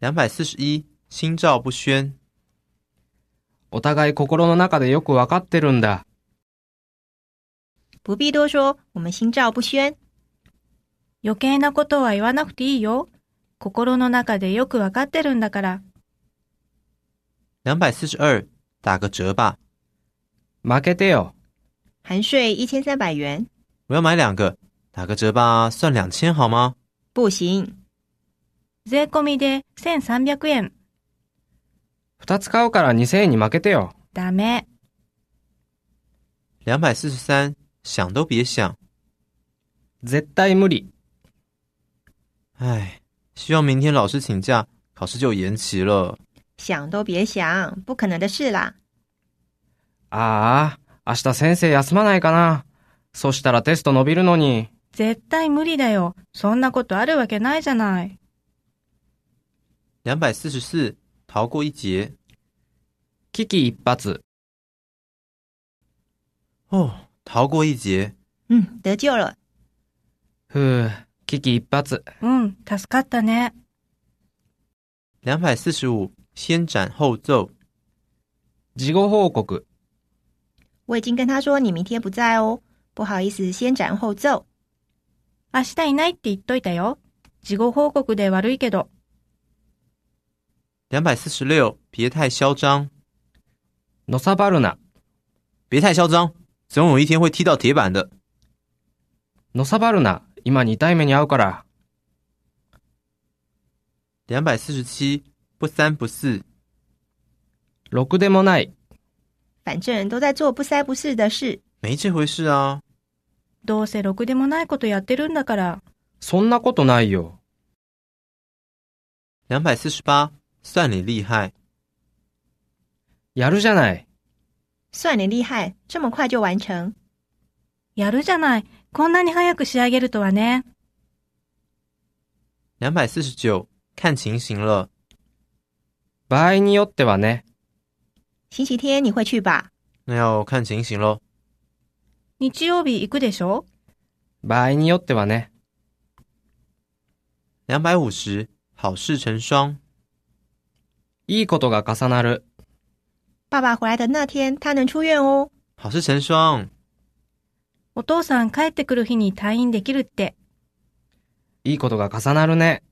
两百四十一，心照不宣。お互い心の中でよくわかってるんだ。不必多说，我们心照不宣。余計なことは言わなくていいよ。心の中でよくわかってるんだから。两百四十二，打个折吧，負けてよ。含税一千三百元，我要买两个，打个折吧，算两千好吗？不行。税込みで1300円。二つ買うから二千円に負けてよ。ダメ。两百四十三，想都别想。絶対無理。唉，希望明天老师请假，考试就延期了。想都别想，不可能的事啦。ああ、明日先生休まないかな。そしたらテスト伸びるのに。絶対無理だよ。そんなことあるわけないじゃない。两百四十四，逃过一劫。危機一髪。哦，逃过一劫。嗯，得救了。ふう、危機一髪。うん、助かったね。两百四十五，先斩后奏。事後報告。我已经跟他说你明天不在哦，不好意思，先斩后奏。明日いないって言っといたよ。事後報告で悪いけど。两百四十六，别太嚣张，のさばるな。别太嚣张，总有一天会踢到铁板的。のさばるな。今二対目に会うから。两百四十七，不三不四。ろくでもない。反正都在做不三不四的事。没这回事啊。どうせろくでもないことやってるんだから。そんなことないよ。两百四十八，算你厉害。やるじゃない。算你厉害，这么快就完成。やるじゃない。こんなに早く仕上げるとはね。两百四十九，看情形了。場合によってはね。星期天你会去吧？那要看情形喽。日曜日行くでしょ場合によってはね。两百五十，好事成双。いいことが重なる。爸爸回来的那天，他能出院哦。好事成双，お父さん帰ってくる日に退院できるって。いいことが重なるね。